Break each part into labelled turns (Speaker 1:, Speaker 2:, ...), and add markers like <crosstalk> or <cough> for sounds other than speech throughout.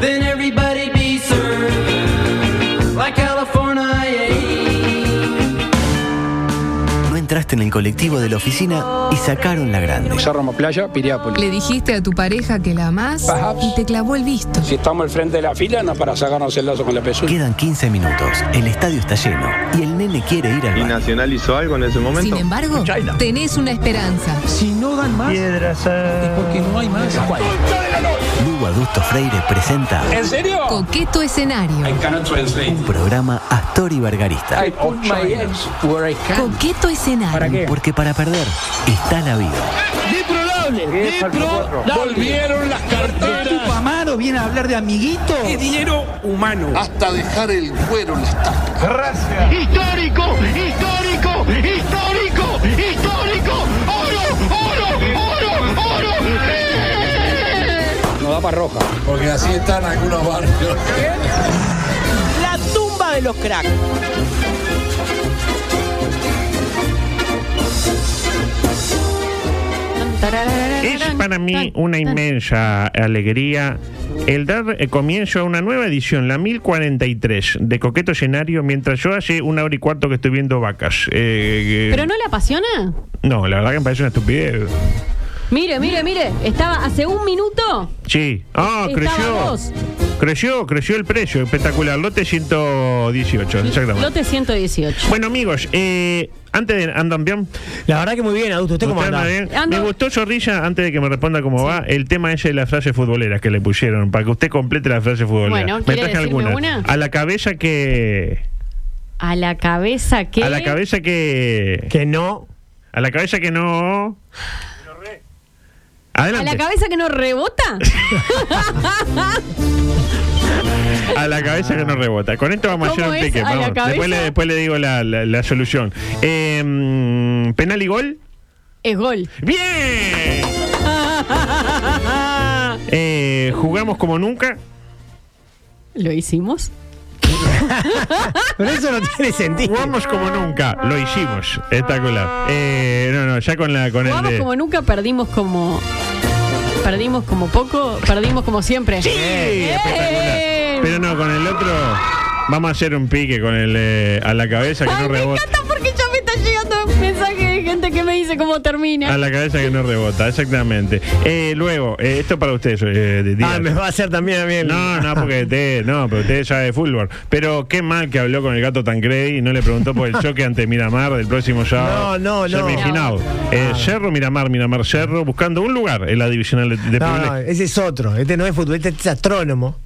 Speaker 1: Then everybody be served like California.
Speaker 2: No entraste en el colectivo de la oficina y sacaron la grande.
Speaker 3: Cerro Playa, Piriápolis.
Speaker 4: Le dijiste a tu pareja que la amás
Speaker 3: Perhaps.
Speaker 4: y te clavó el visto.
Speaker 3: Si estamos al frente de la fila, no para sacarnos el lazo con la pezuña.
Speaker 2: Quedan 15 minutos, el estadio está lleno y el nene quiere ir al
Speaker 5: ¿Y
Speaker 2: baño.
Speaker 5: Nacional hizo algo en ese
Speaker 4: Sin
Speaker 5: momento?
Speaker 4: embargo, tenés una esperanza.
Speaker 2: Lugo Adusto Freire presenta
Speaker 3: ¿En serio?
Speaker 4: Coqueto escenario.
Speaker 3: cannot translate.
Speaker 2: un programa Astor y Bargarista.
Speaker 3: put my eggs where I can.
Speaker 4: Coqueto escenario.
Speaker 2: Porque para perder está la vida.
Speaker 3: Volvieron las carteras.
Speaker 6: Amaro viene a hablar de amiguito.
Speaker 3: Es dinero humano.
Speaker 7: hasta dejar el cuero en las tacas.
Speaker 8: histórico, histórico, histórico, histórico, oro, oro, oro, oro. ¡Eh!
Speaker 3: Nos da para roja.
Speaker 7: Porque así están algunos barrios.
Speaker 6: La tumba de los cracks.
Speaker 9: Es para mí una inmensa alegría el dar eh, comienzo a una nueva edición, la 1043, de Coqueto Escenario, mientras yo hace una hora y cuarto que estoy viendo vacas. Eh, eh,
Speaker 10: ¿Pero no le apasiona?
Speaker 9: no, la verdad que me parece una estupidez.
Speaker 10: Mire, mire, mire. Estaba hace un minuto.
Speaker 9: Sí. Ah,
Speaker 10: Estaba
Speaker 9: creció.
Speaker 10: dos.
Speaker 9: Creció, creció el precio. Espectacular. Lote 118, exactamente.
Speaker 10: Lote 118.
Speaker 9: Bueno, amigos, eh, antes de. ¿Andan bien?
Speaker 6: La verdad que muy bien, adulto. ¿Usted cómo
Speaker 9: ¿Usted
Speaker 6: anda?
Speaker 9: anda bien?
Speaker 10: Ando-
Speaker 9: Me gustó Zorrilla, antes de que me responda cómo va, el tema ese de las frases futboleras que le pusieron, para que usted complete la frase futbolera.
Speaker 10: Bueno,
Speaker 9: me
Speaker 10: ¿quiere decirme una?
Speaker 9: A la cabeza que.
Speaker 10: A la cabeza que.
Speaker 9: A la cabeza que.
Speaker 6: Que no.
Speaker 9: A la cabeza que no.
Speaker 10: A
Speaker 9: Adelante.
Speaker 10: la cabeza que no rebota.
Speaker 9: <laughs> A la cabeza que no rebota. Con esto vamos a hacer
Speaker 10: ¿Cómo
Speaker 9: un
Speaker 10: es?
Speaker 9: pique.
Speaker 10: ¿A la
Speaker 9: vamos. Después,
Speaker 10: cabeza?
Speaker 9: le, después le digo la, la- la solución. Eh, mm, penal y gol.
Speaker 10: es
Speaker 6: <laughs>
Speaker 10: gol.
Speaker 9: ¡Bien! Eh, jugamos como nunca.
Speaker 10: Lo hicimos.
Speaker 6: Pero eso no tiene sentido.
Speaker 9: Jugamos como nunca. Lo hicimos. Espectacular. Eh, no, no, ya con la con el
Speaker 10: Jugamos
Speaker 9: de-
Speaker 10: como nunca, perdimos como. Perdimos como poco, perdimos como siempre. ¡Eh!
Speaker 9: Sí, espectacular.
Speaker 10: Bien.
Speaker 9: Pero no, con el otro vamos a hacer un pique con el eh, a la cabeza que
Speaker 10: Ay,
Speaker 9: no
Speaker 10: me
Speaker 9: rebota.
Speaker 10: encanta porque ya me están llegando mensajes de gente que me dice cómo termina.
Speaker 9: A la cabeza que no rebota, exactamente. Eh, luego, eh, esto para ustedes. eh, de-
Speaker 6: Ah, me va a hacer también a mí. el-
Speaker 9: No, no, porque usted, no, pero usted sabe de fútbol. Pero qué mal que habló con el gato Tancredi y no le
Speaker 6: <laughs>
Speaker 9: preguntó por el choque ante Miramar del próximo sábado.
Speaker 6: No, no, no.
Speaker 9: Semifinal. Eh, Cerro, Miramar, Miramar, Cerro, buscando un lugar en la divisional de, de
Speaker 6: No,
Speaker 9: Privilege.
Speaker 6: no, ese es otro. Este no es futbolista, este es astrónomo.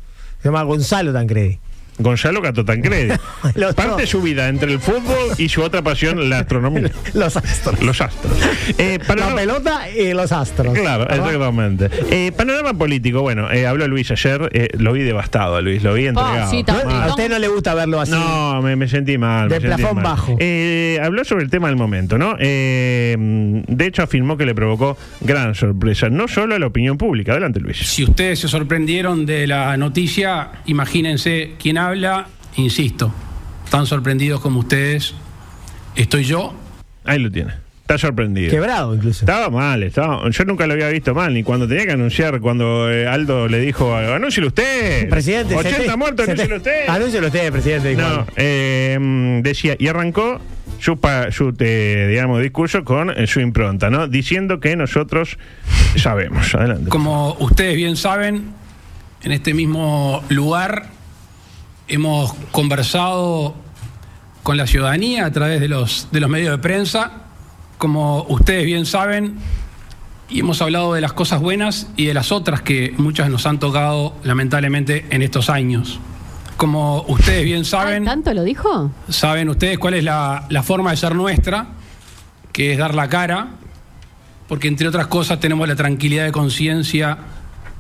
Speaker 6: Se llama Gonzalo Tancredi.
Speaker 9: Gonzalo Gato
Speaker 6: <laughs>
Speaker 9: Tancredi.
Speaker 6: El otro.
Speaker 9: Parte de su vida entre el fútbol y su otra pasión, la astronomía.
Speaker 6: <laughs> Los astros.
Speaker 9: Los astros. Eh,
Speaker 6: La
Speaker 9: panorama-
Speaker 6: pelota y los astros.
Speaker 9: Claro,
Speaker 6: ¿Verdad?
Speaker 9: exactamente. Eh, panorama político, bueno, eh, habló Luis ayer, eh, lo vi devastado, a Luis, lo vi entregado.
Speaker 10: Ah, sí,
Speaker 6: No,
Speaker 9: Mal.
Speaker 6: a usted no le gusta verlo así.
Speaker 9: No, me, me sentí mal.
Speaker 6: De
Speaker 9: me sentí
Speaker 6: plafón
Speaker 9: mal.
Speaker 6: bajo.
Speaker 9: Eh, habló sobre el tema del momento, ¿no? Eh, de hecho, afirmó que le provocó gran sorpresa, no solo a la opinión pública. Adelante, Luis.
Speaker 3: Si ustedes se sorprendieron de la noticia, imagínense quién habla, insisto, tan sorprendidos como ustedes, estoy yo.
Speaker 9: Ahí lo tiene. Está sorprendido.
Speaker 6: Quebrado incluso.
Speaker 9: Estaba mal, estaba, yo nunca lo había visto mal, ni cuando tenía que anunciar, cuando eh, Aldo le dijo, anúncielo usted.
Speaker 6: Presidente,
Speaker 9: 80
Speaker 6: 70,
Speaker 9: muertos,
Speaker 6: 70.
Speaker 9: anúncielo usted.
Speaker 6: Anúncielo usted, presidente. dijo
Speaker 9: No,
Speaker 6: algo.
Speaker 9: eh, mm, decía, y arrancó su, pa- su eh, digamos, discurso con eh, su impronta, ¿no? Diciendo que nosotros sabemos. Adelante.
Speaker 3: Como ustedes bien saben, en este mismo lugar hemos conversado con la ciudadanía a través de los, de los medios de prensa, como ustedes bien saben, y hemos hablado de las cosas buenas y de las otras que muchas nos han tocado lamentablemente en estos años. Como ustedes bien
Speaker 10: Ah,
Speaker 3: saben...
Speaker 10: ¿Tanto lo dijo?
Speaker 3: Saben ustedes cuál es la, la forma de ser nuestra, que es dar la cara, porque entre otras cosas tenemos la tranquilidad de conciencia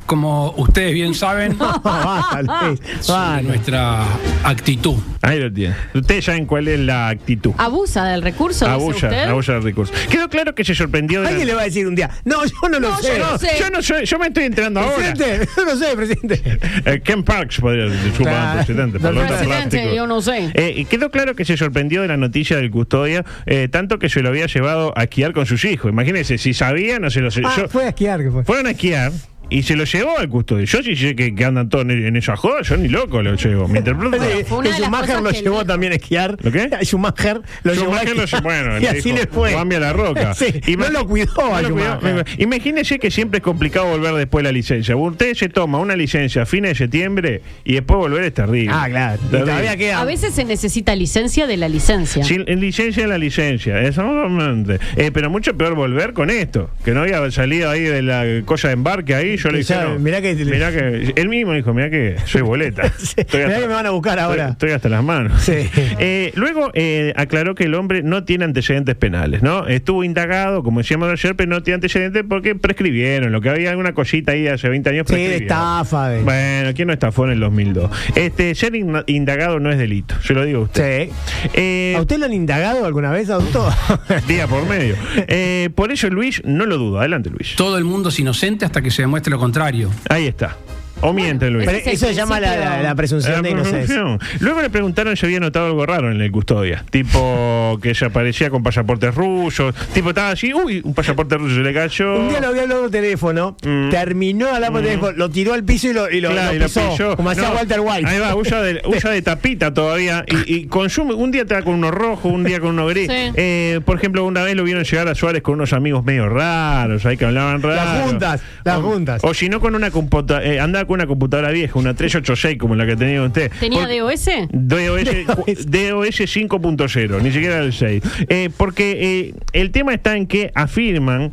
Speaker 3: como ustedes bien saben,
Speaker 6: Ah, <laughs> Basta, Luis,
Speaker 3: sobre
Speaker 6: basta.
Speaker 3: nuestra actitud.
Speaker 9: Ahí lo tienen. Ustedes saben cuál es la actitud.
Speaker 10: ¿Abusa del recurso? dice usted?
Speaker 9: Abulla, abulla de recursos. Quedó claro que se sorprendió de. la-
Speaker 6: Alguien le va a decir un día, no, yo no lo
Speaker 10: No,
Speaker 6: sé.
Speaker 10: yo no sé.
Speaker 9: Yo no soy, yo me estoy enterando ahora.
Speaker 6: Presidente, yo <laughs> no sé, presidente.
Speaker 9: <laughs> Eh, Ken Parks podría disculpa,
Speaker 6: Claro.
Speaker 9: presidente, por
Speaker 6: Don
Speaker 9: lo tanto,
Speaker 10: presidente,
Speaker 9: plástico.
Speaker 10: yo no sé.
Speaker 9: Eh, y quedó claro que se sorprendió de la noticia del custodia, eh, tanto que se lo había llevado a esquiar con sus hijos. Imagínense, si sabía, no se lo
Speaker 6: Ah,
Speaker 9: yo-
Speaker 6: fue a esquiar que fue.
Speaker 9: Fueron a esquiar y se lo llevó al custodio. Yo sí sé que, que andan todos en, en esa joda, yo ni loco lo llevo. Me interpreto.
Speaker 6: Sí,
Speaker 10: fue una
Speaker 6: y
Speaker 10: de las
Speaker 6: Schumacher
Speaker 10: cosas
Speaker 6: lo
Speaker 10: que él
Speaker 6: llevó
Speaker 10: dijo.
Speaker 6: también a esquiar.
Speaker 9: ¿Lo qué?
Speaker 6: A <laughs> Schumacher <laughs> lo
Speaker 9: Schumacher
Speaker 6: llevó a
Speaker 9: lo
Speaker 6: esquiar.
Speaker 9: llevó-
Speaker 6: <laughs>
Speaker 9: bueno,
Speaker 6: y
Speaker 9: le
Speaker 6: así
Speaker 9: dijo,
Speaker 6: le fue.
Speaker 9: "Cambia la
Speaker 6: <laughs>
Speaker 9: roca.
Speaker 6: Sí,
Speaker 9: Y
Speaker 6: no
Speaker 9: ma-
Speaker 6: lo cuidó a
Speaker 9: No lo cuidó,
Speaker 6: Schumacher.
Speaker 9: me- Imagínese que siempre es complicado volver después de la licencia. Usted se toma una licencia a fines de septiembre y después volver es terrible.
Speaker 6: Ah, claro. Y
Speaker 9: Terrible.
Speaker 6: todavía queda.
Speaker 10: A veces se necesita licencia de la licencia.
Speaker 9: Sí, en licencia la licencia, exactamente. Eh, pero mucho peor volver con esto, que no había salido ahí de la cosa de embarque ahí, yo le dije,
Speaker 6: Ya,
Speaker 9: no,
Speaker 6: mirá que-
Speaker 9: mirá
Speaker 6: <laughs>
Speaker 9: que- él mismo dijo, mirá que soy boleta.
Speaker 6: <laughs> Sí,
Speaker 9: Estoy
Speaker 6: mirá
Speaker 9: hasta-
Speaker 6: que me van a buscar
Speaker 9: estoy-
Speaker 6: ahora.
Speaker 9: Estoy, hasta las manos.
Speaker 6: Sí.
Speaker 9: <laughs> Eh, luego eh, aclaró que el hombre no tiene antecedentes penales, ¿no? Estuvo indagado, como decíamos ayer, pero no tiene antecedentes porque prescribieron, lo que había alguna cosita ahí de hace 20 años
Speaker 6: Sí,
Speaker 9: prescribieron.
Speaker 6: estafa. de-
Speaker 9: Bueno, ¿quién no estafó en el 2002? Este, ser in- indagado no es delito, yo lo digo a usted.
Speaker 6: Sí.
Speaker 9: Eh,
Speaker 6: ¿A usted lo han indagado alguna vez, <laughs> adulto?
Speaker 9: <laughs> Día por medio. Eh, por eso, Luis, no lo dudo. Adelante, Luis.
Speaker 3: Todo el mundo es inocente hasta que se demuestre lo contrario.
Speaker 9: Ahí está. O miente, Luis.
Speaker 6: Pero
Speaker 10: Ese es el
Speaker 6: eso se llama la,
Speaker 10: principio.
Speaker 6: la- la presunción de
Speaker 9: Eh,
Speaker 6: inocencia.
Speaker 9: Luego le preguntaron si había notado algo raro en el custodia. Tipo que se aparecía con pasaportes rusos. Tipo estaba así, uy, un pasaporte ruso se le cayó.
Speaker 6: Un día lo vi hablando por teléfono, terminó hablando por teléfono, lo tiró al piso y lo, Mm. y lo,
Speaker 9: Claro,
Speaker 6: lo
Speaker 9: y lo
Speaker 6: pisó,
Speaker 9: pilló.
Speaker 6: como hacía
Speaker 9: No,
Speaker 6: Walter White.
Speaker 9: Ahí va,
Speaker 6: <laughs>
Speaker 9: usa de, usa de tapita todavía. Y, y consume. Un día te da con uno rojo, un día con uno gris.
Speaker 10: Sí.
Speaker 9: Eh, por ejemplo, una vez lo vieron llegar a Suárez con unos amigos medio raros, ahí que hablaban raro.
Speaker 6: juntas, las
Speaker 9: o,
Speaker 6: juntas.
Speaker 9: O si no, con una computadora. andaba con una computadora vieja, una 386 como la que tenía usted.
Speaker 10: ¿Tenía
Speaker 9: Por-
Speaker 10: DOS?
Speaker 6: <laughs>
Speaker 9: DOS, cu- DOS 5.0, ni siquiera el 6. Eh, porque eh, el tema está en que afirman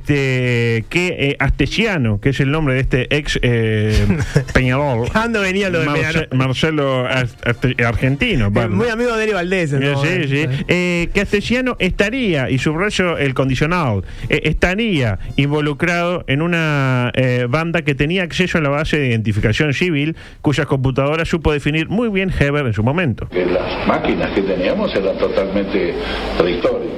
Speaker 9: este, que eh, Astesiano, que es el nombre de este ex
Speaker 6: <laughs>
Speaker 9: eh, Peñarol,
Speaker 6: ¿Cuándo venía lo de
Speaker 9: Marce-
Speaker 6: Peñarol?
Speaker 9: Marcelo Ast- Aste- argentino,
Speaker 6: Eh,
Speaker 9: perdón.
Speaker 6: Muy amigo de Eri Valdés. en
Speaker 9: Eh,
Speaker 6: todo
Speaker 9: sí,
Speaker 6: momento,
Speaker 9: sí.
Speaker 6: ¿eh?
Speaker 9: Eh, que Astesiano estaría, y subrayo el condicionado, eh, estaría involucrado en una eh, banda que tenía acceso a la base de identificación civil, cuyas computadoras supo definir muy bien Heber en su momento.
Speaker 7: Que las máquinas que teníamos eran totalmente prehistóricas,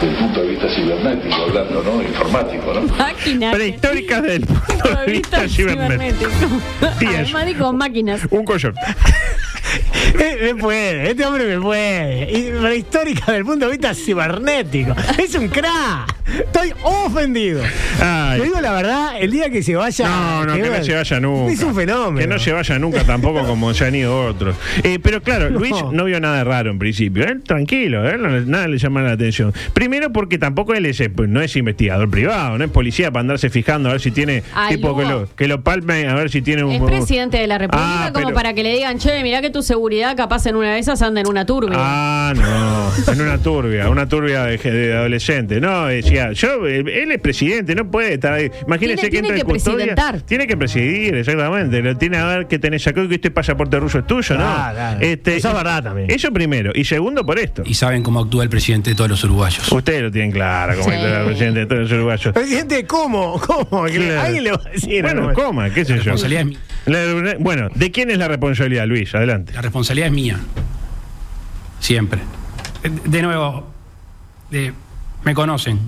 Speaker 7: desde el punto de vista cibernético, hablando, ¿no? Informático, ¿no?
Speaker 10: Máquinas.
Speaker 9: Prehistóricas del punto
Speaker 10: <laughs>
Speaker 9: de vista cibernético. Diez.
Speaker 10: Además dijo máquinas.
Speaker 9: Un collar.
Speaker 6: Eh, <laughs> me puede, este hombre me puede. Y Prehistórica del punto de vista cibernético. Es un crack. Estoy ofendido.
Speaker 9: Ay.
Speaker 6: Te digo la verdad, el día que se vaya.
Speaker 9: No, no, que no
Speaker 6: Heber,
Speaker 9: se vaya nunca.
Speaker 6: Es un fenómeno.
Speaker 9: Que no se vaya nunca tampoco como se han ido otros. Eh, pero claro, Luis no vio nada raro en principio. Él tranquilo, él no- nada le llama la atención. Primero porque tampoco él es, eh, pues, no es investigador privado, no es policía para andarse fijando a ver si tiene
Speaker 10: Ay,
Speaker 9: tipo que
Speaker 10: Lugo.
Speaker 9: lo, que lo palme, a ver si tiene un...
Speaker 10: Es presidente de la República
Speaker 9: Ah,
Speaker 10: como
Speaker 9: pero-
Speaker 10: para que le digan, che, mirá que tu seguridad capaz en una de esas anda en una turbia.
Speaker 9: Ah, no, en una turbia, una turbia de, de adolescente. No, decía, yo, eh, él es presidente, no puede estar ahí. Imagínense
Speaker 10: Tiene- tiene
Speaker 9: que entra en
Speaker 10: que
Speaker 9: custodia.
Speaker 10: presidentar.
Speaker 9: Tiene que presidir, exactamente. Lo tiene a ver que tenés acá, que este pasaporte ruso es tuyo, ¿no? Este,
Speaker 6: Ah, claro. Eso es verdad también.
Speaker 9: Eso primero. Y segundo, por esto.
Speaker 3: Y saben cómo actúa el presidente de todos los uruguayos.
Speaker 9: Ustedes lo tienen claro, como
Speaker 10: Sí.
Speaker 9: el presidente de todos los uruguayos.
Speaker 6: Presidente, ¿cómo? ¿Cómo? Que
Speaker 9: Claro.
Speaker 6: Alguien le va a decir.
Speaker 9: Bueno,
Speaker 6: hermano.
Speaker 9: coma, qué sé
Speaker 3: La
Speaker 9: yo.
Speaker 3: responsabilidad es mi-
Speaker 9: La- bueno, ¿de quién es la responsabilidad, Luis? Adelante.
Speaker 3: La responsabilidad es mía. Siempre. Eh, De nuevo, eh, me conocen.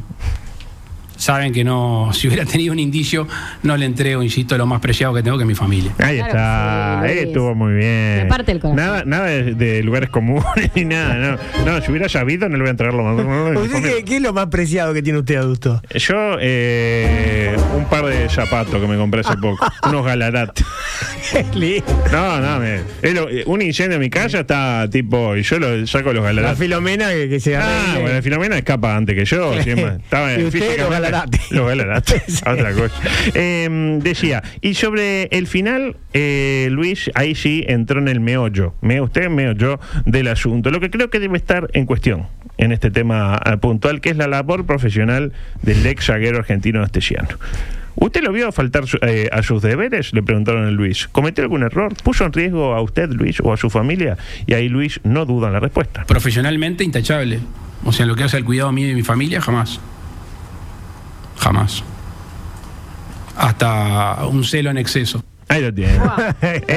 Speaker 3: Saben que no, si hubiera tenido un indicio, no le entrego, insisto, lo más preciado que tengo que es mi familia.
Speaker 9: Ahí
Speaker 10: Claro
Speaker 9: está,
Speaker 10: que sí,
Speaker 9: ahí
Speaker 10: Luis.
Speaker 9: estuvo muy bien.
Speaker 10: Me parte el corazón.
Speaker 9: Nada, nada de, de lugares comunes ni nada, no. No, si hubiera sabido no le voy a entregarlo. No, no, no,
Speaker 6: ¿Usted qué,
Speaker 9: no.
Speaker 6: qué es lo más preciado que tiene usted, adulto? <laughs>
Speaker 9: Yo, eh, un par de zapatos que me compré hace poco, unos galarates. No, no, me- es lo- eh, un incendio en mi casa está tipo, y yo lo saco los
Speaker 6: La
Speaker 9: galarates.
Speaker 6: Filomena que, que se
Speaker 9: Ah,
Speaker 6: arregle.
Speaker 9: bueno, Filomena escapa antes
Speaker 6: <laughs>
Speaker 9: que yo. siempre. Estaba
Speaker 6: Y usted,
Speaker 9: físicamente-
Speaker 6: los
Speaker 9: <laughs>
Speaker 6: galarates.
Speaker 9: Los galarates,
Speaker 6: <laughs> Sí.
Speaker 9: otra cosa. Eh, decía, y sobre el final, eh, Luis, ahí sí entró en el meollo. Me, usted meollo del asunto. Lo que creo que debe estar en cuestión en este tema ah, puntual, que es la labor profesional del ex zaguero argentino Astesiano. ¿Usted lo vio faltar su- eh, a sus deberes? Le preguntaron a Luis. ¿Cometió algún error? ¿Puso en riesgo a usted, Luis, o a su familia? Y ahí Luis no duda en la respuesta.
Speaker 3: Profesionalmente intachable. O sea, en lo que hace al cuidado mío y de mi familia, jamás. Jamás. hasta un celo en exceso.
Speaker 9: Ahí lo tiene. <laughs>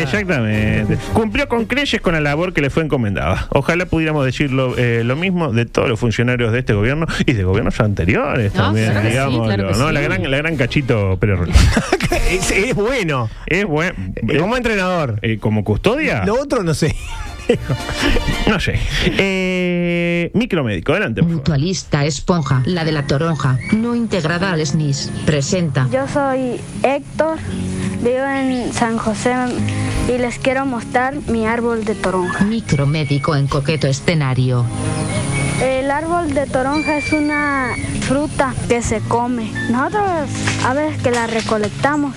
Speaker 9: Exactamente. Cumplió con creyes con la labor que le fue encomendada. Ojalá pudiéramos decir lo, eh, lo mismo de todos los funcionarios de este gobierno y de gobiernos anteriores
Speaker 10: No,
Speaker 9: también,
Speaker 10: claro que sí,
Speaker 9: digámoslo,
Speaker 10: claro que
Speaker 9: ¿no? La,
Speaker 10: sí.
Speaker 9: gran, la gran cachito Pérez Roldán.
Speaker 6: <laughs> es, es bueno.
Speaker 9: Es buen. eh,
Speaker 6: Como entrenador.
Speaker 9: eh, como custodia.
Speaker 6: Lo otro no sé.
Speaker 9: No sé. Eh, micromédico, adelante. por favor.
Speaker 5: Mutualista Esponja, la de la toronja, no integrada al SNIS, presenta.
Speaker 8: Yo soy Héctor, vivo en San José y les quiero mostrar mi árbol de toronja.
Speaker 5: Micromédico en coqueto escenario.
Speaker 8: El árbol de toronja es una fruta que se come. Nosotros a veces que la recolectamos.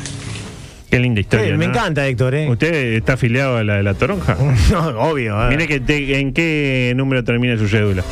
Speaker 9: Qué linda historia.
Speaker 6: Eh, <laughs> me
Speaker 9: ¿no?
Speaker 6: encanta, Héctor, ¿eh?
Speaker 9: ¿Usted está afiliado a la de la toronja?
Speaker 6: <laughs> No, obvio. eh.
Speaker 9: Mire que te- en qué número termina su cédula.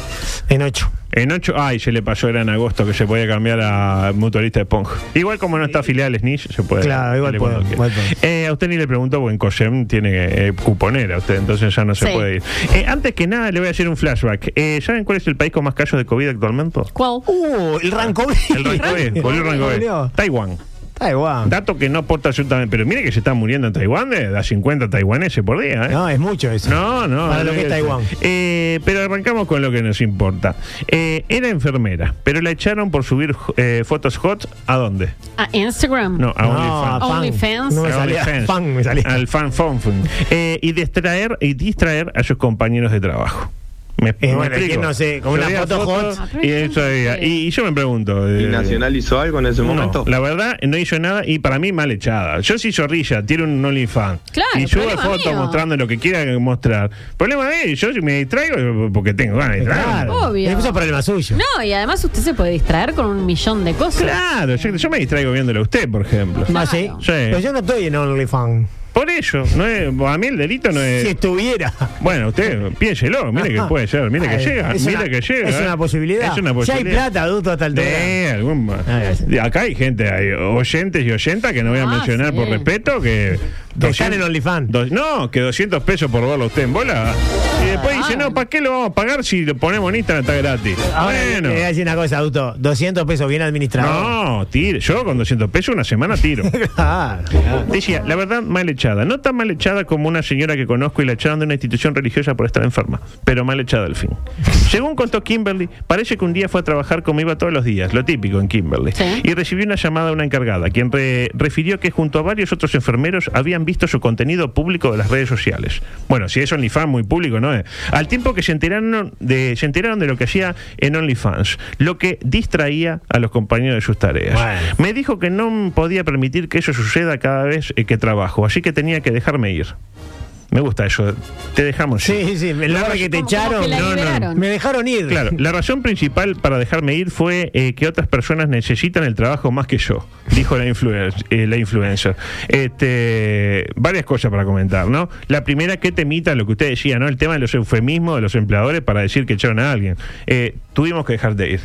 Speaker 6: En ocho.
Speaker 9: En 8, ay, se le pasó, era en agosto que se podía cambiar a mutualista de Pong. Igual como no está afiliada al SNIS, se puede.
Speaker 6: Claro, igual
Speaker 9: dale cuando
Speaker 6: puedo,
Speaker 9: quiera.
Speaker 6: igual puedo.
Speaker 9: Eh, a usted ni le pregunto, porque en COSEM tiene eh, cuponera, usted entonces ya no se
Speaker 10: Sí.
Speaker 9: puede ir. Eh, antes que nada, le voy a hacer un flashback. Eh, ¿Saben cuál es el país con más casos de COVID actualmente?
Speaker 10: ¿Cuál?
Speaker 6: Uh, el Rancobé. <laughs>
Speaker 9: El Rancobé, volvió el Rancobé. Taiwán.
Speaker 6: Está igual.
Speaker 9: Dato que no aporta absolutamente. Pero mire que se están muriendo en Taiwán de, de a 50 taiwaneses por día, ¿eh?
Speaker 6: No, es mucho eso.
Speaker 9: No, no.
Speaker 6: Para lo que es Taiwán.
Speaker 9: Eh, pero arrancamos con lo que nos importa. Eh, era enfermera, pero la echaron por subir eh, fotos hot. ¿A dónde?
Speaker 10: A Instagram.
Speaker 9: No, a
Speaker 6: No,
Speaker 9: OnlyFans.
Speaker 6: a fan.
Speaker 10: OnlyFans.
Speaker 6: No me
Speaker 9: A
Speaker 6: salía.
Speaker 9: OnlyFans.
Speaker 6: Fan me salía.
Speaker 9: Al fan fan, fan. Eh, y distraer y distraer a sus compañeros de trabajo. Me, me
Speaker 6: bueno,
Speaker 9: explico.
Speaker 6: ¿quién no sé? Con una
Speaker 9: Subía
Speaker 6: foto
Speaker 9: fotos
Speaker 6: hot.
Speaker 9: Y, eso había. y, y yo me pregunto. eh,
Speaker 7: hizo algo en ese
Speaker 9: no, la verdad no hizo nada y para mí mal echada. Yo soy zorrilla, tiene un OnlyFans.
Speaker 10: Claro,
Speaker 9: y sube
Speaker 10: problema
Speaker 9: fotos
Speaker 10: mío.
Speaker 9: mostrando lo que quiera mostrar. Problema de él, yo si me distraigo porque tengo ganas de
Speaker 6: <laughs>
Speaker 9: distraerme. Oh,
Speaker 6: Claro.
Speaker 10: Obvio.
Speaker 6: Eso es problema suyo.
Speaker 10: No, y además usted se puede distraer con un millón de cosas.
Speaker 9: Claro, yo, yo me distraigo viéndolo a usted, por ejemplo.
Speaker 6: Ah, sí.
Speaker 9: Sí.
Speaker 6: Pero yo no estoy en OnlyFans.
Speaker 9: Por ello, no es, a mí el delito no es.
Speaker 6: Si estuviera.
Speaker 9: Bueno, usted piénselo, eh, mire que
Speaker 6: Ajá.
Speaker 9: puede ser, mire
Speaker 6: <laughs>
Speaker 9: que
Speaker 6: Ay,
Speaker 9: llega,
Speaker 6: es
Speaker 9: mire
Speaker 6: una-
Speaker 9: que llega. eh.
Speaker 6: Es una posibilidad.
Speaker 9: Es una posibilidad.
Speaker 6: Ya hay plata, adulto, hasta el dólar.
Speaker 9: De Eh, algún-
Speaker 6: gracias.
Speaker 9: Acá hay gente, hay oyentes y oyentas que no voy a
Speaker 10: Ah,
Speaker 9: mencionar
Speaker 10: sí.
Speaker 9: por respeto que.
Speaker 6: Que están en OnlyFans.
Speaker 9: dos- no, que 200 pesos por verlo a usted en bola. Y después dice, no, ¿para qué lo vamos a pagar si lo ponemos en Instagram? Está gratis.
Speaker 6: Ahora,
Speaker 9: bueno.
Speaker 6: te voy a decir una cosa, adulto. 200 pesos bien administrado.
Speaker 9: No, tire. Yo con 200 pesos una semana tiro.
Speaker 6: <laughs> Claro, claro.
Speaker 9: Decía, la verdad, mal echada. No tan mal echada como una señora que conozco y la echaron de una institución religiosa por estar enferma, pero mal echada al fin. Según contó Kimberly, parece que un día fue a trabajar como iba todos los días, lo típico en Kimberly,
Speaker 10: Sí.
Speaker 9: y recibió una llamada de una encargada, quien re- refirió que junto a varios otros enfermeros habían visto su contenido público de las redes sociales. Bueno, si es OnlyFans, muy público, ¿no? es? Al tiempo que se enteraron de, se enteraron de lo que hacía en OnlyFans, lo que distraía a los compañeros de sus tareas.
Speaker 6: Bueno.
Speaker 9: Me dijo que no podía permitir que eso suceda cada vez eh, que trabajo, así que tenía que dejarme ir. Me gusta eso. Te dejamos. ir.
Speaker 6: Sí, sí, el lugar que te
Speaker 10: Como- como
Speaker 6: echaron.
Speaker 10: que la
Speaker 6: no, no,
Speaker 10: liberaron.
Speaker 6: Me dejaron ir.
Speaker 9: Claro, la razón principal para dejarme ir fue eh, que otras personas necesitan el trabajo más que yo, dijo la, influen- eh, la influencer. Este, varias cosas para comentar, ¿no? La primera, que temita lo que usted decía, ¿no? El tema de los eufemismos de los empleadores para decir que echaron a alguien. Eh, tuvimos que dejar de ir.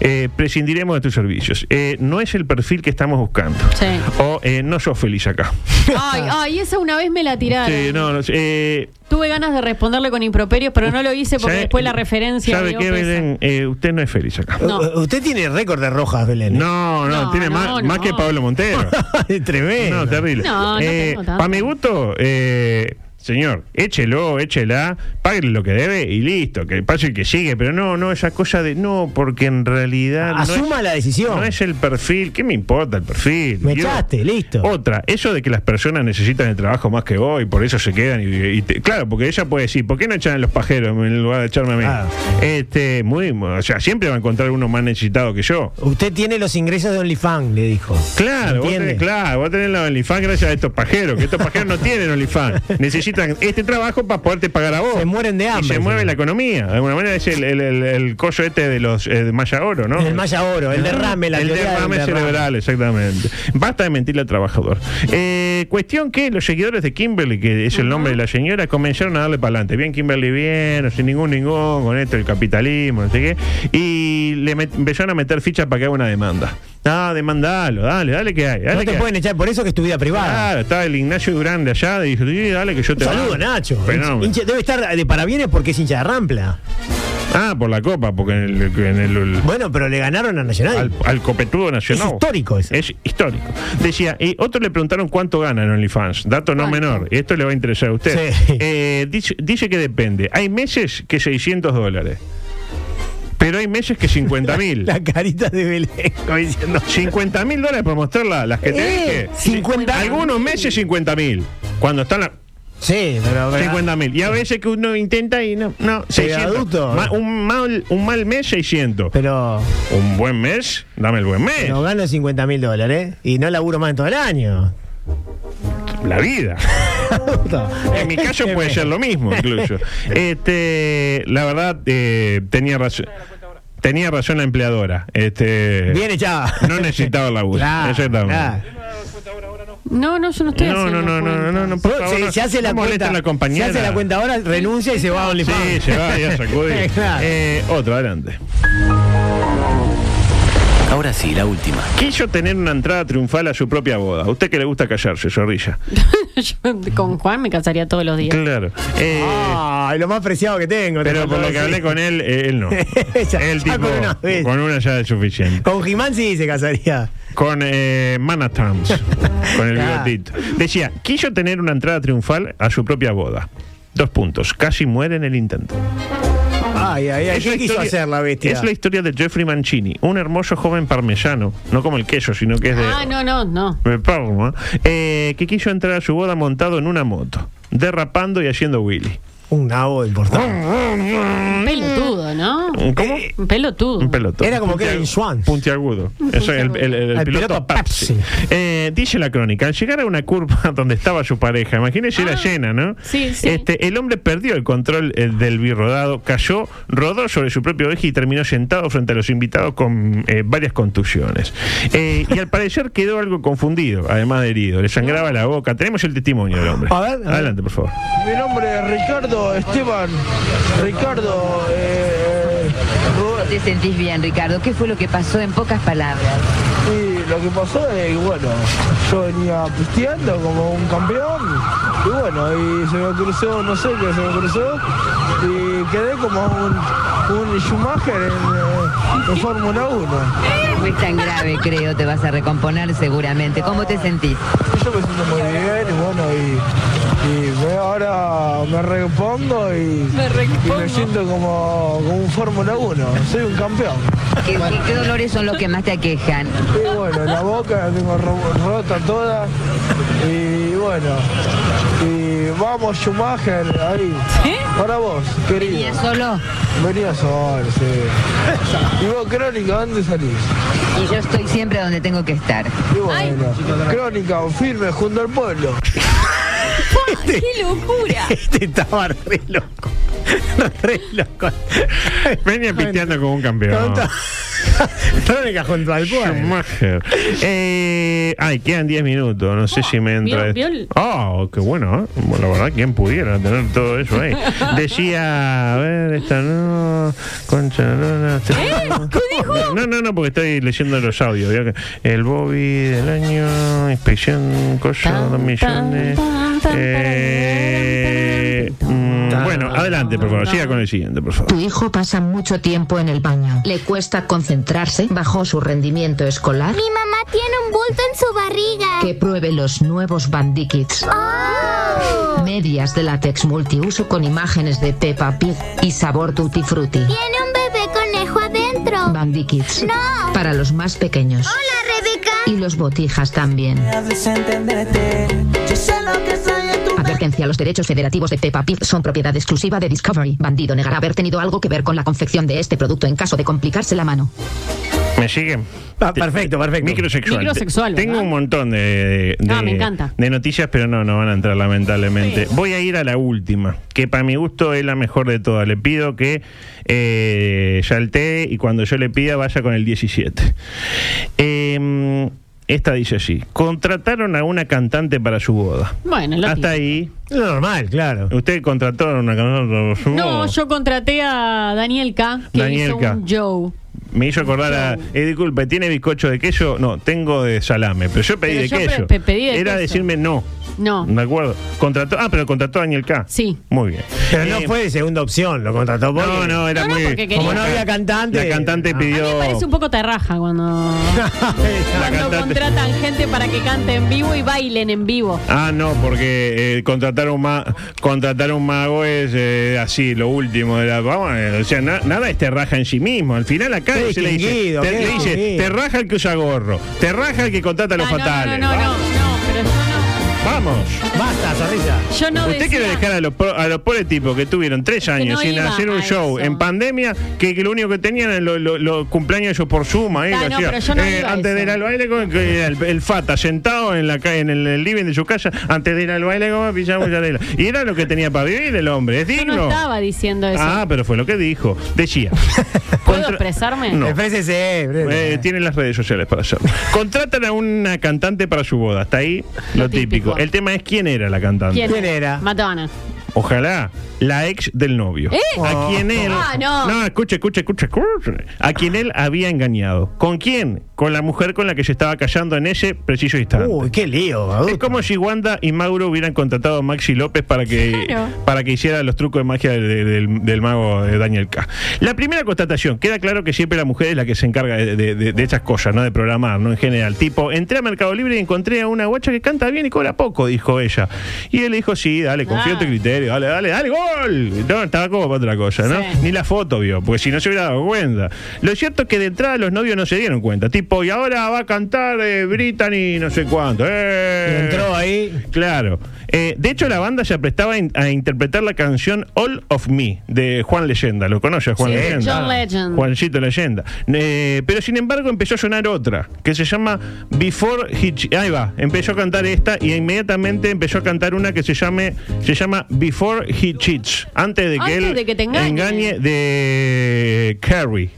Speaker 9: Eh, prescindiremos de tus servicios. Eh, no es el perfil que estamos buscando.
Speaker 10: Sí.
Speaker 9: O eh, no sos feliz acá.
Speaker 10: Ay,
Speaker 9: <laughs>
Speaker 10: ay, esa una vez me la tiraron.
Speaker 9: Sí, no, no, eh,
Speaker 10: Tuve ganas de responderle con improperios, pero no lo hice porque
Speaker 9: ¿sabe-
Speaker 10: después la referencia.
Speaker 9: ¿Sabe
Speaker 10: dio
Speaker 9: qué,
Speaker 10: pesa.
Speaker 9: Belén? Eh, usted no es feliz acá.
Speaker 6: U-
Speaker 10: No.
Speaker 6: Usted tiene récord de rojas, Belén.
Speaker 9: No, no,
Speaker 10: No,
Speaker 9: tiene
Speaker 10: no,
Speaker 9: más, más
Speaker 10: no.
Speaker 9: que
Speaker 6: <laughs>
Speaker 9: Pablo Montero.
Speaker 6: Tremendo.
Speaker 9: no, terrible.
Speaker 10: No, no tengo tanto.
Speaker 9: Para mi gusto, eh, señor, échelo, échela, pague lo que debe y listo, que pase el que sigue. Pero no, no, esa cosa de no, porque en realidad.
Speaker 6: Asuma
Speaker 9: Ah, no
Speaker 6: la
Speaker 9: es,
Speaker 6: decisión.
Speaker 9: No es el perfil, ¿qué me importa el perfil?
Speaker 6: Me
Speaker 9: Yo-
Speaker 6: echaste, listo.
Speaker 9: Otra, eso de que las personas necesitan el trabajo más que vos y por eso se quedan. Y, y te- claro, porque ella puede decir, ¿por qué no echan a los pajeros en lugar de echarme a mí?
Speaker 6: Ah.
Speaker 9: Este, muy, o sea, siempre va a encontrar uno más necesitado que yo.
Speaker 6: Usted tiene los ingresos de OnlyFans, le dijo.
Speaker 9: Claro, vos
Speaker 6: ¿Entiende?
Speaker 9: tenés, claro, vos tenés la OnlyFans gracias a estos pajeros, que estos pajeros no
Speaker 6: <laughs>
Speaker 9: tienen OnlyFans. Necesitan este trabajo para poderte pagar a vos.
Speaker 6: Se mueren de hambre,
Speaker 9: Y se mueve
Speaker 6: señor.
Speaker 9: la economía. De alguna manera es el, el, el- el coso este de los eh, de Maya Oro, ¿no?
Speaker 6: El Maya Oro, el derrame, la
Speaker 9: El
Speaker 6: teoría del
Speaker 9: derrame cerebral, exactamente. Basta de mentirle al trabajador. Eh, cuestión que los seguidores de Kimberly, que es el nombre de la señora, comenzaron a darle para adelante. Bien, Kimberly, bien, sin ningún ningún, con esto, el capitalismo, no sé qué. Y le met- empezaron a meter fichas para que haga una demanda. Ah, demandalo, dale, dale que hay. Dale
Speaker 6: No
Speaker 9: que
Speaker 6: te
Speaker 9: hay.
Speaker 6: pueden echar por eso que es tu vida privada.
Speaker 9: Claro, estaba el Ignacio Durán de allá, y dijo, "Sí, dale que yo
Speaker 6: Un
Speaker 9: te
Speaker 6: saludo,
Speaker 9: banco".
Speaker 6: Nacho.
Speaker 9: Fenómeno.
Speaker 6: Hincha- debe estar de parabienes porque es hincha de Rampla.
Speaker 9: Ah, por la copa, porque en el. en el- el-
Speaker 6: Bueno, pero le ganaron a Nacional.
Speaker 9: al, al copetudo nacional.
Speaker 6: Es histórico eso.
Speaker 9: Es histórico. Decía, y otro le preguntaron cuánto ganan OnlyFans. Dato no menor. Esto le va a interesar a usted.
Speaker 6: Sí.
Speaker 9: Eh, dice, dice que depende. Hay meses que 600 dólares. Pero hay meses
Speaker 6: <laughs>
Speaker 9: que 50 mil.
Speaker 6: La carita de Belén, como diciendo.
Speaker 9: 50 mil dólares por mostrarla, las que te
Speaker 6: Eh,
Speaker 9: dije.
Speaker 6: 50.
Speaker 9: Algunos meses 50 mil. Cuando están la,
Speaker 6: Sí, pero. ¿verdad?
Speaker 9: 50 mil. Y a veces que uno intenta y no. No, 600.
Speaker 6: adulto. ¿eh?
Speaker 9: Ma- un, mal, un mal mes, 600.
Speaker 6: Pero,
Speaker 9: Un buen mes, dame el buen mes.
Speaker 6: pero gano 50 mil dólares ¿eh? y no laburo más en todo el año.
Speaker 9: La vida. En mi caso
Speaker 6: Este
Speaker 9: puede ser lo
Speaker 6: <laughs>
Speaker 9: mismo, incluso. Este, la verdad, eh, tenía razón. Tenía razón la empleadora. Este,
Speaker 6: Bien echada.
Speaker 9: No necesitaba el laburo.
Speaker 6: Claro,
Speaker 9: Exactamente.
Speaker 6: claro.
Speaker 10: No, no, yo no estoy
Speaker 9: No,
Speaker 10: haciendo
Speaker 9: no, no, no, no,
Speaker 10: cuentas.
Speaker 9: no, no, por favor,
Speaker 6: se,
Speaker 9: no-
Speaker 6: se hace la
Speaker 9: no molesten
Speaker 6: cuenta.
Speaker 9: a la compañera.
Speaker 6: Se hace la cuenta ahora, renuncia y se va a OnlyFans.
Speaker 9: Sí, se va,
Speaker 6: <laughs>
Speaker 9: ya sacudí.
Speaker 6: Claro.
Speaker 9: Eh, otro, adelante.
Speaker 2: Ahora sí, la última.
Speaker 9: Quiso tener una entrada triunfal a su propia boda. Usted que le gusta callarse, zorrilla.
Speaker 10: <laughs> Yo con Juan me casaría todos los días.
Speaker 9: Claro. Eh,
Speaker 6: Ay, lo más preciado que tengo. te
Speaker 9: pero
Speaker 6: faltó
Speaker 9: por lo que
Speaker 6: decir. <laughs>
Speaker 9: hablé con él, eh, él no.
Speaker 6: Ya,
Speaker 9: él
Speaker 6: ya
Speaker 9: tipo,
Speaker 6: con una vez.
Speaker 9: con una ya es suficiente.
Speaker 6: Con Jimán sí se casaría.
Speaker 9: Con eh, Manhattan,
Speaker 6: <laughs>
Speaker 9: con el
Speaker 6: Claro.
Speaker 9: bigotito. Decía, quiso tener una entrada triunfal a su propia boda. Dos puntos. Casi muere en el intento.
Speaker 6: Ay, ay, ay.
Speaker 9: Es la
Speaker 6: ¿Qué quiso
Speaker 9: historia-
Speaker 6: hacer la bestia?
Speaker 9: Es la historia de Jeffrey Mancini, un hermoso joven parmesano, no como el queso, sino que es de,
Speaker 10: Ah, no, no, no.
Speaker 9: de Parma, eh, que quiso entrar a su boda montado en una moto, derrapando y haciendo Willy.
Speaker 6: Un nabo importante.
Speaker 10: Un pelotudo, ¿no?
Speaker 9: ¿Cómo?
Speaker 10: Un pelotudo.
Speaker 9: Mm. Un
Speaker 6: ah,
Speaker 9: pelotón.
Speaker 6: eh, Era como que era
Speaker 9: Puntiagu-
Speaker 6: en Swan.
Speaker 9: Puntiagudo. Eso es el, el- el- el
Speaker 6: Al
Speaker 9: piloto,
Speaker 6: piloto
Speaker 9: Pepsi.
Speaker 6: Pepsi.
Speaker 9: Eh, dice la crónica, al llegar a una curva <laughs> donde estaba su pareja, imagínese era
Speaker 10: Ah.
Speaker 9: llena, ¿no?
Speaker 10: Sí, sí.
Speaker 9: Este, el hombre perdió el control eh, del birrodado, cayó, rodó sobre su propio eje y terminó sentado frente a los invitados con eh, varias contusiones. Eh, y al parecer quedó algo confundido, además de herido. Le sangraba la boca. Tenemos el testimonio del hombre.
Speaker 6: A ver, a ver.
Speaker 9: Adelante, por favor.
Speaker 11: Mi nombre es Ricardo Esteban. Ricardo. eh,
Speaker 5: No te sentís bien, Ricardo. ¿Qué fue lo que pasó en pocas palabras?
Speaker 11: Y lo que pasó es que, bueno, yo venía pisteando como un campeón. Y bueno, y se me cruzó, no sé qué se me cruzó. Y quedé como un, un Schumacher en, eh, en Fórmula 1.
Speaker 5: No fue tan grave, creo. Te vas a recomponer seguramente. ¿Cómo te sentís?
Speaker 11: Y Yo me siento muy bien y bueno, y, y me- ahora me repongo y
Speaker 10: Me
Speaker 11: y
Speaker 10: repongo.
Speaker 11: me siento como, como un Fórmula 1. Soy un campeón.
Speaker 5: ¿Qué, qué- qué dolores son los que más te aquejan?
Speaker 11: Y bueno, la boca la tengo ro- rota toda. Y bueno. Y vamos, Schumacher, ahí. Para vos, querido.
Speaker 5: ¿Venía solo?
Speaker 11: Venía sol, sí. Y vos, Crónica, ¿dónde salís?
Speaker 5: Y yo estoy siempre donde tengo que estar.
Speaker 11: Y bueno, Crónica, firme junto al pueblo.
Speaker 10: ¡Qué locura!
Speaker 6: <laughs> Este estaba re loco. Re loco.
Speaker 9: <laughs> Venía pisteando como un campeón.
Speaker 6: Tonto. Crónica junto al pueblo.
Speaker 9: Schumacher. Eh, ay, quedan 10 minutos. No sé si me entra.
Speaker 10: vio-
Speaker 9: esto.
Speaker 10: vio el-
Speaker 9: Oh, qué bueno. ¿eh? Bueno, La verdad, ¿quién pudiera tener todo eso ahí? Decía, a ver, esta no. Concha, no, no. esta no. No, no, no, porque estoy leyendo los audios. ¿vio? El Bobby del año, inspección, cosa,
Speaker 10: Tan,
Speaker 9: dos
Speaker 10: tan,
Speaker 9: millones.
Speaker 10: tan, tan,
Speaker 9: Eh, mm, Bueno, adelante, por favor. Siga con el siguiente, por favor.
Speaker 5: Tu hijo pasa mucho tiempo en el baño. Le cuesta concentrarse. Bajó su rendimiento escolar.
Speaker 8: Mi mamá tiene un bulto en su barriga.
Speaker 5: Que pruebe los nuevos Bandikits.
Speaker 8: Oh.
Speaker 5: Medias de látex multiuso con imágenes de Peppa Pig y sabor Tutti Frutti.
Speaker 8: Tiene un bebé conejo adentro.
Speaker 5: Bandikits.
Speaker 8: No.
Speaker 5: Para los más pequeños.
Speaker 8: Hola, Rebeca.
Speaker 5: Y los botijas también. Advertencia, los derechos federativos de Peppa Pig son propiedad exclusiva de Discovery. Bandido negará haber tenido algo que ver con la confección de este producto en caso de complicarse la mano.
Speaker 9: ¿Me siguen?
Speaker 6: Ah, perfecto, perfecto.
Speaker 9: Microsexual.
Speaker 10: Microsexual,
Speaker 9: Tengo
Speaker 10: ¿verdad?
Speaker 9: un montón de, de-
Speaker 10: Ah, me encanta.
Speaker 9: de noticias, pero no, no van a entrar lamentablemente. Voy a ir a la última, que para mi gusto es la mejor de todas. Le pido que eh, saltee y cuando yo le pida vaya con el 17. Eh, esta dice así, contrataron a una cantante para su boda.
Speaker 10: Bueno, lo típico.
Speaker 9: Hasta ahí,
Speaker 6: Lo normal, claro.
Speaker 9: usted contrató a una cantante para su
Speaker 10: No,
Speaker 9: boda.
Speaker 10: yo contraté a Daniel K. Que
Speaker 9: Uh. Daniel
Speaker 10: hizo
Speaker 9: K.
Speaker 10: un Joe.
Speaker 9: Me hizo acordar a. Eh, disculpe, ¿tiene bizcocho de queso? No, tengo de salame. Pero yo pedí
Speaker 10: Pero
Speaker 9: de
Speaker 10: yo pe-
Speaker 9: queso.
Speaker 10: pe- pedí de
Speaker 9: Era
Speaker 10: queso.
Speaker 9: decirme no.
Speaker 10: No.
Speaker 9: Me acuerdo. Contrató, ah, pero contrató a Daniel K.
Speaker 10: Sí.
Speaker 9: Muy bien. Eh,
Speaker 6: Pero no fue de segunda opción, lo contrató porque-
Speaker 9: No,
Speaker 6: <laughs>
Speaker 9: no, era
Speaker 10: No, no,
Speaker 9: muy.
Speaker 10: porque quería- Como no
Speaker 6: había cantante.
Speaker 9: La cantante Ah. pidió.
Speaker 10: Me parece un poco terraja cuando,
Speaker 9: la
Speaker 10: cuando
Speaker 9: cantante-
Speaker 10: contratan gente para que cante en vivo y bailen en vivo.
Speaker 9: Ah, no, porque eh, contratar, un ma- contratar un mago es eh, así, lo último. De la, vamos, eh, o sea, na- nada es terraja en sí mismo. Al final acá
Speaker 6: Qué
Speaker 9: se le dice,
Speaker 6: distinguido,
Speaker 9: te,
Speaker 6: qué
Speaker 9: le dice,
Speaker 6: distinguido.
Speaker 9: te raja el que usa gorro, te raja el que contrata a los
Speaker 10: Ah, no,
Speaker 9: fatales.
Speaker 10: No, no, no, no, no, pero yo
Speaker 9: Vamos.
Speaker 6: Basta, sonrisa.
Speaker 10: no. Yo no
Speaker 9: Usted
Speaker 10: decía-
Speaker 9: quiere dejar a los, pro- a los pobres tipos que tuvieron tres años
Speaker 10: no
Speaker 9: sin
Speaker 10: iba
Speaker 9: hacer un
Speaker 10: a
Speaker 9: show
Speaker 10: eso.
Speaker 9: en pandemia, que, que lo único que tenían eran los los- los cumpleaños ellos por suma.
Speaker 10: Ah, no, pero yo no iba a
Speaker 9: Eh, antes de
Speaker 10: eso.
Speaker 9: ir al baile, con- que era el, el Fata sentado en la ca- en el, living de su casa, antes de ir al baile, como pijama y arela. Y era lo que tenía para vivir el hombre, es
Speaker 10: Yo no
Speaker 9: digno.
Speaker 10: estaba diciendo eso.
Speaker 9: ah, pero fue lo que dijo. Decía.
Speaker 10: ¿Puedo
Speaker 9: contra-
Speaker 10: expresarme?
Speaker 9: No.
Speaker 6: Exprésese,
Speaker 9: Eh,
Speaker 6: Brenda.
Speaker 9: tienen las redes sociales para hacerlo. Contratan a una cantante para su boda. Hasta ahí lo,
Speaker 10: Lo típico.
Speaker 9: típico. El tema es quién era la cantante.
Speaker 6: ¿Quién era?
Speaker 10: Matona.
Speaker 9: Ojalá la ex del novio.
Speaker 10: ¿Eh?
Speaker 9: A quien él.
Speaker 10: Ah, no.
Speaker 9: escuche, escuche, escuche, escuche. A quien él había engañado. ¿Con quién? Con la mujer con la que se estaba callando en ese preciso instante.
Speaker 6: Uy, qué lío,
Speaker 9: es
Speaker 6: adulto.
Speaker 9: como si Wanda y Mauro hubieran contratado a Maxi López para que,
Speaker 10: Claro.
Speaker 9: para que hiciera los trucos de magia de- de- del, del mago eh, Daniel K. La primera constatación, queda claro que siempre la mujer es la que se encarga de, de- de- de esas cosas, ¿no? De programar, ¿no? En general. Tipo, entré a Mercado Libre y encontré a una guacha que canta bien y cobra poco, dijo ella. Y él le dijo, sí, dale, confío en tu
Speaker 10: Ah.
Speaker 9: criterio, dale, dale, dale, gol. No, estaba como para otra cosa, ¿no?
Speaker 10: Sí.
Speaker 9: Ni la foto vio, porque si no se hubiera dado cuenta. Lo cierto es que de entrada los novios no se dieron cuenta. Tipo, y ahora va a cantar eh, Brittany no sé cuánto.
Speaker 6: Y
Speaker 9: ¡Eh!
Speaker 6: entró ahí.
Speaker 9: Claro. Eh, de hecho, la banda se aprestaba a in- a interpretar la canción All of Me de Juan Leyenda. ¿Lo conoce a Juan
Speaker 6: Sí,
Speaker 9: Leyenda?
Speaker 10: John Legend.
Speaker 9: Juancito Leyenda. Eh, pero sin embargo, empezó a sonar otra que se llama Before He. Ch- Ahí va. Empezó a cantar esta y inmediatamente empezó a cantar una que se, llame, se llama Before He Cheats. Antes de que
Speaker 10: Antes
Speaker 9: él
Speaker 10: de que te engañe.
Speaker 9: engañe de Carrie.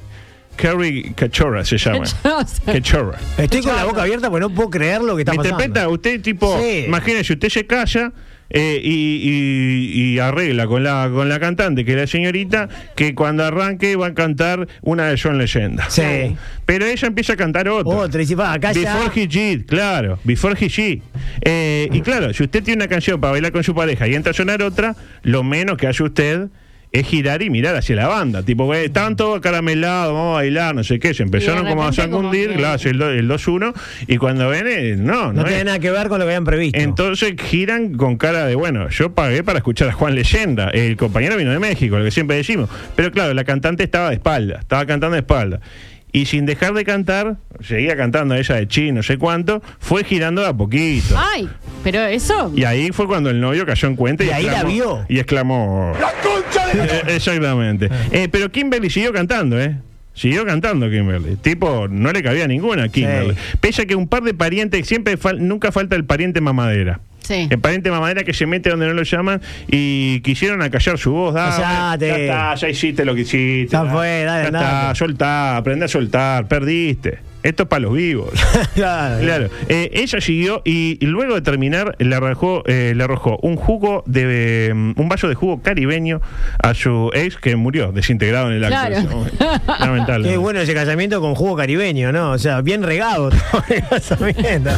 Speaker 9: Carrie Cachorra se llama.
Speaker 10: Cachorra.
Speaker 9: Cachorra.
Speaker 6: Estoy con la boca abierta porque no puedo creer lo que está
Speaker 9: ¿Me
Speaker 6: pasando.
Speaker 9: interpreta? Usted, tipo,
Speaker 6: Sí.
Speaker 9: imagínese, usted se calla eh, y, y- y arregla con la, con la cantante, que es la señorita, que cuando arranque va a cantar una de John Leyenda.
Speaker 6: Sí.
Speaker 9: Pero ella empieza a cantar otra.
Speaker 6: Otra, y si va, acá ya-
Speaker 9: Before He Cheat, claro. Before He Cheat. Eh, y claro, si usted tiene una canción para bailar con su pareja y entra a sonar otra, lo menos que hace usted es girar y mirar hacia la banda. Tipo, eh, estaban todos caramelados, vamos a bailar, no sé qué. Se empezaron como a
Speaker 10: repente como
Speaker 9: sacudir,
Speaker 10: que-
Speaker 9: claro, hace el do- el 2-1. Y cuando ven, eh, no,
Speaker 6: No
Speaker 9: es.
Speaker 6: tiene nada que ver con lo que habían previsto.
Speaker 9: Entonces giran con cara de, bueno, yo pagué para escuchar a Juan Leyenda, el compañero vino de México, lo que siempre decimos. Pero claro, la cantante estaba de espalda, estaba cantando de espalda. Y sin dejar de cantar, seguía cantando ella de chi, no sé cuánto, fue girando de a poquito.
Speaker 10: Ay, pero eso.
Speaker 9: Y ahí fue cuando el novio cayó en cuenta y,
Speaker 6: Y ahí la
Speaker 9: exclamó,
Speaker 6: vio.
Speaker 9: Y exclamó. ¡La concha de Exactamente. Eh, pero Kimberly siguió cantando, ¿eh? Siguió cantando Kimberly. Tipo, no le cabía ninguna a Kimberly. Pese a que un par de parientes, siempre fal- nunca falta el pariente mamadera.
Speaker 10: Sí.
Speaker 9: El pariente mamadera que se mete donde no lo llaman y quisieron acallar su voz. Dale,
Speaker 6: Callate.
Speaker 9: Ya está, ya hiciste lo que hiciste.
Speaker 6: Ya fue, dale,
Speaker 9: Ya está,
Speaker 6: andate.
Speaker 9: soltá, aprende a soltar, perdiste. Esto es para los
Speaker 6: <laughs>
Speaker 9: vivos.
Speaker 6: <laughs> Claro.
Speaker 9: Claro, Eh, ella siguió y, y luego de terminar le arrojó, eh, le arrojó un jugo de mm, un vaso de jugo caribeño a su ex que murió desintegrado en el acto.
Speaker 10: Claro.
Speaker 9: En ese momento.
Speaker 6: <laughs>
Speaker 9: Lamentable.
Speaker 6: Qué bueno ese casamiento con jugo caribeño, ¿no? O sea, bien regado todo el <laughs> casamiento.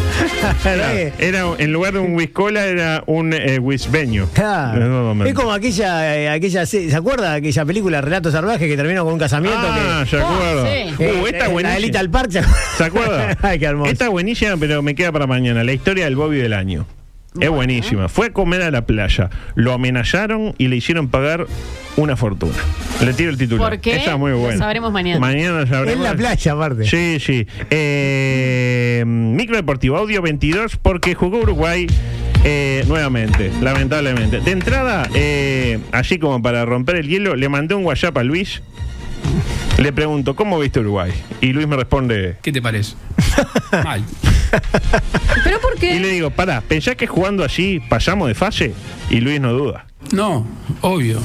Speaker 9: Era, era- en lugar de un whiskola era un eh, whisbeño.
Speaker 6: Claro.
Speaker 9: En un momento.
Speaker 6: Es como aquella, eh, aquella, se, ¿se acuerda aquella película Relatos Salvajes que terminó con un casamiento
Speaker 9: Ah, ya acuerdo.
Speaker 10: sí.
Speaker 6: que
Speaker 9: Uh, esta
Speaker 6: eh, la
Speaker 9: buenísima.
Speaker 6: delita al parche?
Speaker 9: ¿Se acuerda?
Speaker 6: <laughs> Ay, qué hermoso.
Speaker 9: Esta es buenísima, pero me queda para mañana. La historia del Bobby del año. Es buenísima. Fue a comer a la playa. Lo amenazaron y le hicieron pagar una fortuna. Le tiro el titular.
Speaker 10: ¿Por qué?
Speaker 9: Esa es muy
Speaker 10: Lo
Speaker 9: buena.
Speaker 10: sabremos mañana.
Speaker 9: Mañana lo
Speaker 6: en
Speaker 9: sabremos.
Speaker 6: la playa, aparte. <laughs>
Speaker 9: Sí, sí. Eh, micro Deportivo Audio 22 porque jugó Uruguay eh, nuevamente, lamentablemente. De entrada, eh, así como para romper el hielo, le mandé un WhatsApp a Luis. Le pregunto, ¿cómo viste Uruguay? Y Luis me responde...
Speaker 3: ¿Qué te parece? Mal.
Speaker 10: ¿Pero por
Speaker 9: Y le
Speaker 10: qué?
Speaker 9: digo, pará, ¿pensás que jugando así pasamos de fase? Y Luis no duda.
Speaker 3: No, obvio.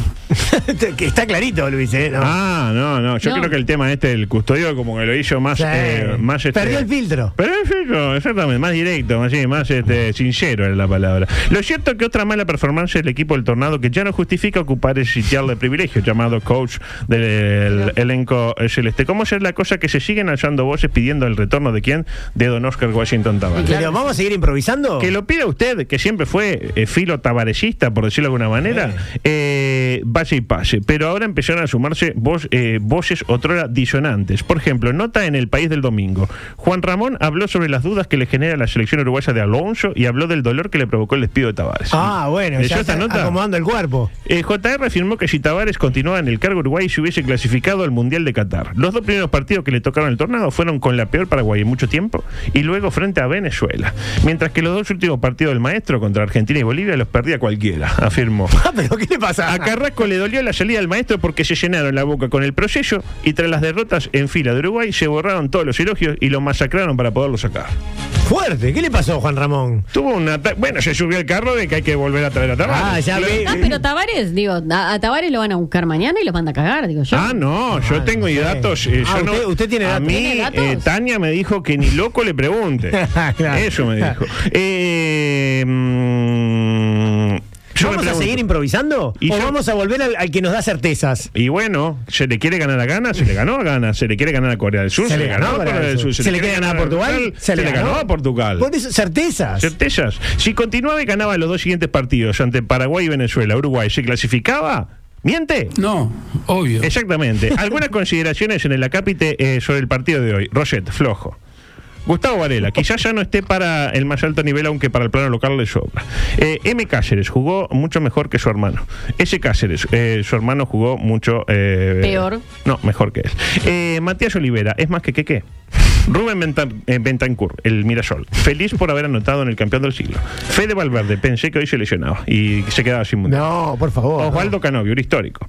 Speaker 6: Está clarito, Luis, ¿eh? No.
Speaker 9: Ah, no, no. Yo
Speaker 6: No.
Speaker 9: creo que el tema este del custodio como que lo hizo más...
Speaker 6: Sí.
Speaker 9: eh, más este,
Speaker 6: Perdió el filtro.
Speaker 9: Pero es eso, exactamente, más directo, más, sí, más este, sincero era la palabra. Lo cierto es que otra mala performance del equipo del Tornado que ya no justifica ocupar el sitial de privilegio llamado coach del elenco eh, celeste. ¿Cómo es la cosa que se siguen alzando voces pidiendo el retorno de quién? De Don Oscar Washington Tavares.
Speaker 6: Pero, ¿Vamos a seguir improvisando?
Speaker 9: Que lo pida usted, que siempre fue eh, filo tabarecista, por decirlo de alguna manera, eh, vaya y pase. Pero ahora empezaron a sumarse voz, eh, voces otrora disonantes. Por ejemplo, nota en El País del Domingo. Juan Ramón habló sobre las dudas que le genera la selección uruguaya de Alonso y habló del dolor que le provocó el despido de Tavares.
Speaker 6: Ah, bueno,
Speaker 9: ¿Leyó
Speaker 6: ya
Speaker 9: esta
Speaker 6: está
Speaker 9: nota?
Speaker 6: acomodando el
Speaker 9: <laughs>
Speaker 6: cuerpo.
Speaker 9: Eh, JR afirmó que si Tavares continuaba en el cargo Uruguay se hubiese clasificado al Mundial de Qatar. Los dos primeros partidos que le tocaron el tornado fueron con la peor Paraguay en mucho tiempo y luego frente a Venezuela. Mientras que los dos últimos partidos del maestro contra Argentina y Bolivia los perdía cualquiera, <laughs> afirmó.
Speaker 6: ¿Pero qué le pasa?
Speaker 9: A Carrasco le dolió la salida del maestro porque se llenaron la boca con el proceso y tras las derrotas en fila de Uruguay se borraron todos los elogios y lo masacraron para poderlo sacar.
Speaker 6: Fuerte, ¿qué le pasó, Juan Ramón?
Speaker 9: Tuvo un ataque. Bueno, se subió al carro de que hay que volver a traer a Tavares.
Speaker 6: Ah, ya ve.
Speaker 10: Ah, pero Tavares, digo, a, a Tavares lo van a buscar mañana y lo van a cagar, digo yo.
Speaker 9: Ah, no, yo tengo y datos. eh,
Speaker 6: Ah,
Speaker 9: yo no-
Speaker 6: usted- usted tiene
Speaker 9: A
Speaker 6: datos.
Speaker 9: mí,
Speaker 10: ¿Tiene datos?
Speaker 9: eh, Tania me dijo que ni loco le pregunte.
Speaker 6: <laughs> Claro.
Speaker 9: Eso me dijo. Eh, mm, yo me
Speaker 6: ¿Vamos a
Speaker 9: pregunto.
Speaker 6: seguir improvisando?
Speaker 9: Y
Speaker 6: ¿O
Speaker 9: yo-
Speaker 6: vamos a volver al, al que nos da certezas?
Speaker 9: Y bueno, se le quiere ganar a Ghana, se le ganó a Ghana, se le quiere ganar a Corea del Sur,
Speaker 6: Se le ganó a Corea del Sur. ¿Se le quiere ganar a Portugal?
Speaker 9: se le ganó a Portugal.
Speaker 6: Por eso, certezas.
Speaker 9: Certezas. Si continuaba y ganaba los dos siguientes partidos ante Paraguay y Venezuela, Uruguay, ¿se clasificaba? ¿Miente?
Speaker 3: No, obvio.
Speaker 9: Exactamente. Algunas consideraciones en el acápite eh, sobre el partido de hoy. Roset, flojo. Gustavo Varela, quizás ya no esté para el más alto nivel, aunque para el plano local le sobra. Eh, M. Cáceres jugó mucho mejor que su hermano. S. Cáceres, eh, su hermano jugó mucho. eh,
Speaker 10: Peor.
Speaker 9: No, mejor que él. Eh, Matías Olivera, es más que que qué. Rubén Bentan- eh, Bentancur, el Mirasol. Feliz por haber anotado en el campeón del siglo. Fede Valverde, pensé que hoy se lesionaba y se quedaba sin mundial.
Speaker 6: No, por favor.
Speaker 9: Osvaldo Canovio, un histórico.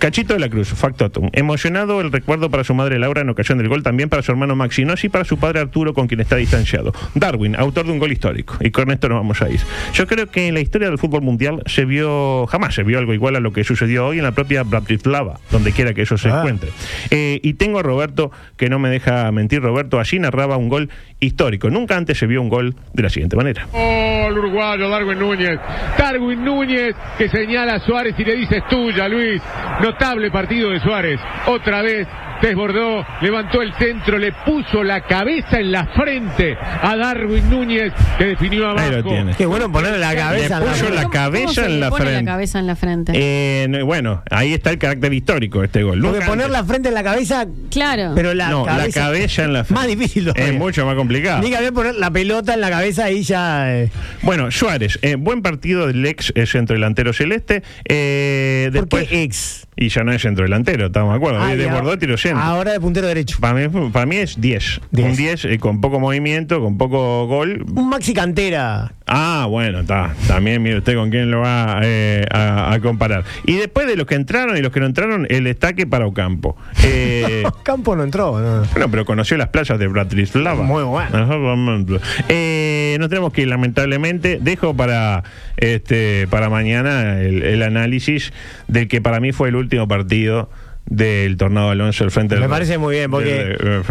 Speaker 9: Cachito de la Cruz, factotum. Emocionado el recuerdo para su madre Laura en ocasión del gol, también para su hermano Maxinos y para su padre Arturo, con quien está distanciado. Darwin, autor de un gol histórico. Y con esto nos vamos a ir. Yo creo que en la historia del fútbol mundial se vio, jamás se vio algo igual a lo que sucedió hoy en la propia Bratislava, donde quiera que eso se
Speaker 6: Ah.
Speaker 9: encuentre. Eh, y tengo a Roberto, que no me deja mentir, Roberto, allí narraba un gol histórico. Nunca antes se vio un gol de la siguiente manera.
Speaker 12: Gol uruguayo, Darwin Núñez. Darwin Núñez que señala a Suárez y le dice es tuya, Luis. Notable partido de Suárez. Otra vez desbordó, levantó el centro, le puso la cabeza en la frente a Darwin Núñez que definió abajo.
Speaker 9: Ahí lo tiene.
Speaker 6: Qué bueno ponerle la cabeza.
Speaker 9: Le
Speaker 6: en la-
Speaker 9: puso la
Speaker 10: ¿Cómo- cómo
Speaker 9: cabeza
Speaker 10: se le
Speaker 9: en la
Speaker 10: pone
Speaker 9: frente.
Speaker 10: la cabeza en la frente?
Speaker 9: Eh, no, bueno, ahí está el carácter histórico de este gol.
Speaker 6: Porque
Speaker 9: Nunca
Speaker 6: poner la
Speaker 9: antes-
Speaker 6: frente en la cabeza,
Speaker 10: claro.
Speaker 6: pero la
Speaker 9: no,
Speaker 6: cabeza...
Speaker 9: la cabeza en la
Speaker 6: Más difícil todavía.
Speaker 9: Es mucho más complicado.
Speaker 6: Ni que había poner la pelota en la cabeza y ya... eh.
Speaker 9: Bueno, Suárez, eh, buen partido del ex eh, centrodelantero celeste. Eh,
Speaker 6: ¿Por
Speaker 9: después,
Speaker 6: qué ex?
Speaker 9: Y ya no es centrodelantero, estamos de acuerdo. Eh,
Speaker 6: Ah,
Speaker 9: de
Speaker 6: y
Speaker 9: Bordó
Speaker 6: ahora-
Speaker 9: tiro centro.
Speaker 6: Ahora de puntero derecho.
Speaker 9: Para mí, para mí es 10.
Speaker 6: Diez.
Speaker 9: Un 10 eh, con poco movimiento, con poco gol.
Speaker 6: Un maxi cantera.
Speaker 9: Ah, bueno, está. También mire usted con quién lo va eh, a, a comparar. Y después de los que entraron y los que no entraron, el destaque para Ocampo.
Speaker 6: <laughs>
Speaker 9: Eh,
Speaker 6: Campo no entró. no.
Speaker 9: Bueno, pero conoció las playas de Bratislava.
Speaker 6: Muy bueno.
Speaker 9: Ajá, vamos. Eh, nos tenemos que ir, lamentablemente. Dejo para este para mañana el, el análisis del que para mí fue el último partido del Tornado Alonso al frente
Speaker 6: Me
Speaker 9: del-
Speaker 6: parece muy bien, porque
Speaker 9: del- eh,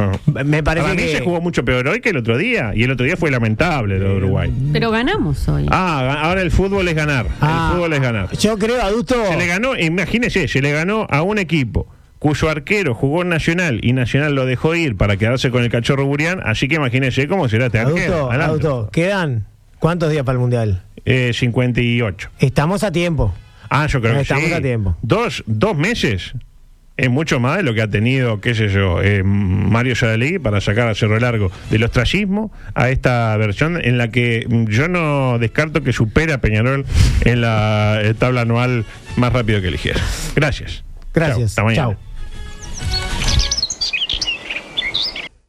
Speaker 6: me parece
Speaker 9: para mí
Speaker 6: que-
Speaker 9: se jugó mucho peor hoy que el otro día. Y el otro día fue lamentable lo de Uruguay.
Speaker 10: Pero ganamos hoy.
Speaker 9: Ah, ga- ahora el fútbol es ganar.
Speaker 6: Ah.
Speaker 9: el fútbol es ganar.
Speaker 6: Yo creo, adusto...
Speaker 9: Se le ganó, imagínese, se le ganó a un equipo cuyo arquero jugó en Nacional y Nacional lo dejó ir para quedarse con el cachorro Burián, así que imagínese cómo será este arquero.
Speaker 6: Adulto,
Speaker 9: Alandro.
Speaker 6: adulto, quedan cuántos días para el mundial.
Speaker 9: Eh, 58.
Speaker 6: Estamos a tiempo.
Speaker 9: Ah, yo creo que
Speaker 6: Estamos
Speaker 9: sí.
Speaker 6: a tiempo.
Speaker 9: Dos, dos meses. Es mucho más de lo que ha tenido, qué sé yo, eh, Mario Saralegui para sacar a Cerro Largo del ostracismo a esta versión en la que mm, yo no descarto que supera a Peñarol en la eh, tabla anual más rápido que eligiera. Gracias. Chau,
Speaker 6: Gracias.
Speaker 9: hasta
Speaker 6: Chao.
Speaker 9: mañana.